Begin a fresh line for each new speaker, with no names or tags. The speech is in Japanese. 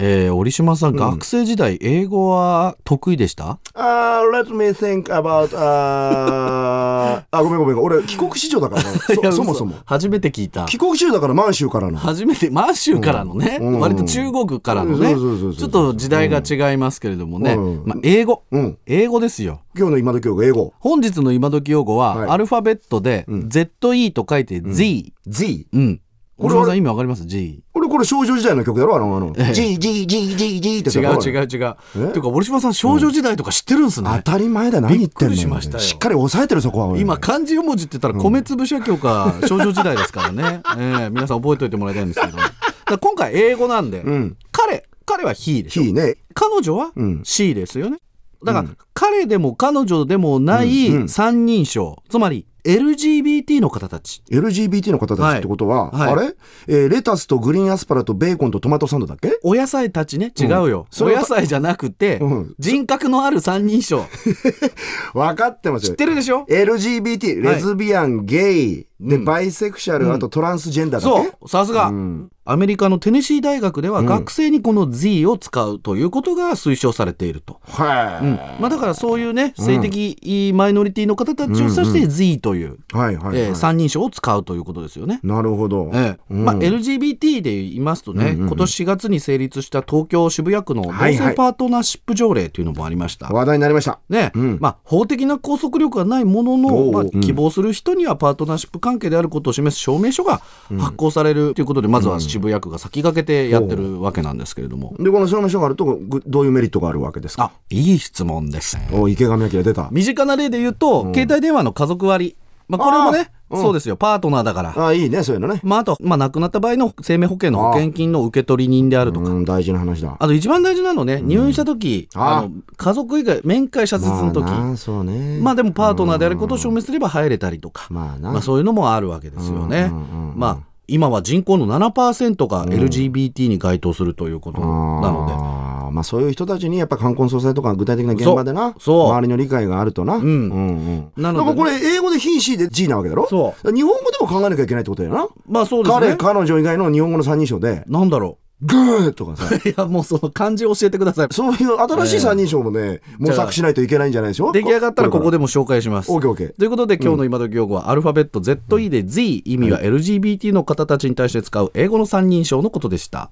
折島さん、学生時代英語は得意でした、
あー、let me think about, あー、あ、ごめんごめん。俺、帰国子女だからな
いや嘘
そ、そもそも。
初めて聞いた
帰国子女だから満州からの。
初めて満州からのね、
うん
割と中国からのね、
うんそうそうそうそう
ちょっと時代が違いますけれどもね、
うん
まあ、英語、
うん。
英語ですよ
今日の今の今日が英語。
本日の今時用語は、
はい
アルファベットで、ZE と書いて Z、
Z。
うん。小
これは
島さん意味わかります ?G。
俺、これ少女時代の曲だろあの、あの、
ええ
G、G、G、G、G って
違う
やつ
違う違う。てか、
え
森島さん少女時代とか知ってるんすね
当。たり前だよ何言ってんの
びっくりしましたよ
っかり押さえてるそこは俺
今、漢字四文字って言ったら米粒社協 か少女時代ですからね。ええ皆さん覚えておいてもらいたいんですけど。だから今回英語なんで、
うん
彼、彼は he でしょ。
いいね
彼女は
うん
she ですよね。だから、彼でも彼女でもない三人称、つまり LGBT の方たち。
LGBT の方たちってことは、
はいはい
あれ、えーレタスとグリーンアスパラとベーコンとトマトサンドだっけ
お野菜たちね、違うよ。
そ
お
れは
野菜じゃなくて、
うん
人格のある三人称。
分かってます
知
よ
ってるでしょ
LGBT
はい
レズビアン、ゲイで、バイセクシャルあとトランスジェンダーだっけ、
そう、さすが、
うん
アメリカのテネシー大学では学生にこの Z を使うということが推奨されていると。
はい、
まあ、だからそういうね、性的マイノリティの方たちを指して Z という、
はいはいはい、
えー三人称を使うということですよね。
なるほど、
ええ
うん
まあ、LGBT で言いますとね、今年4月に成立した東京渋谷区の同
はいは
性
い
パートナーシップ条例というのもありました。
話題になりました
ね
うん
まあ、法的な拘束力はないものの、
おう
まあ、
うん
希望する人にはパートナーシップ関係であることを示す証明書が発行されるということで、まずは渋谷区が先駆けてやってるわけなんですけれども、
でこの証明書があるとぐどういうメリットがあるわけですか
あいい質問ですね
お池上彰出た
身近な例で言うと、携帯電話の家族割、まあ、これもね、
あーうん
そうですよパートナーだから。
あいいねそういうのね
まあ、あと、まあ、亡くなった場合の生命保険の保険金の受け取り人であるとか、
うん大事な話だ
あと一番大事なのね、入院した時、
あ
あの家族以外面会謝絶の時、
まあなそうね
まあでもパートナーであることを証明すれば入れたりとか、
まあな
まあ、そういうのもあるわけですよね。
うんうんうん
まあ今は人口の7%が LGBT に該当するということなの
あーまあそういう人たちにやっぱ冠婚葬祭とか具体的な現場でな
そうそう
周りの理解があるとな、うんうん
なので
だからこれ英語で「he」「she」で「g」なわけだろ
そう
だから日本語でも考えなきゃいけないってことだよな、
で、まあそうです
彼
ね。
彼女以外の日本語の三人称で
なんだろ
「グー」とかさ
う。い やもうその漢字教えてください。
そういう新しい三人称もね、模索しないといけないんじゃないでしょ
出来上がったらここ
で
でも紹介します。
オーケーオーケー
ということで今日の今時用語はアルファベット ZE で Z 意味は LGBT の方たちに対して使う英語の三人称のことでした。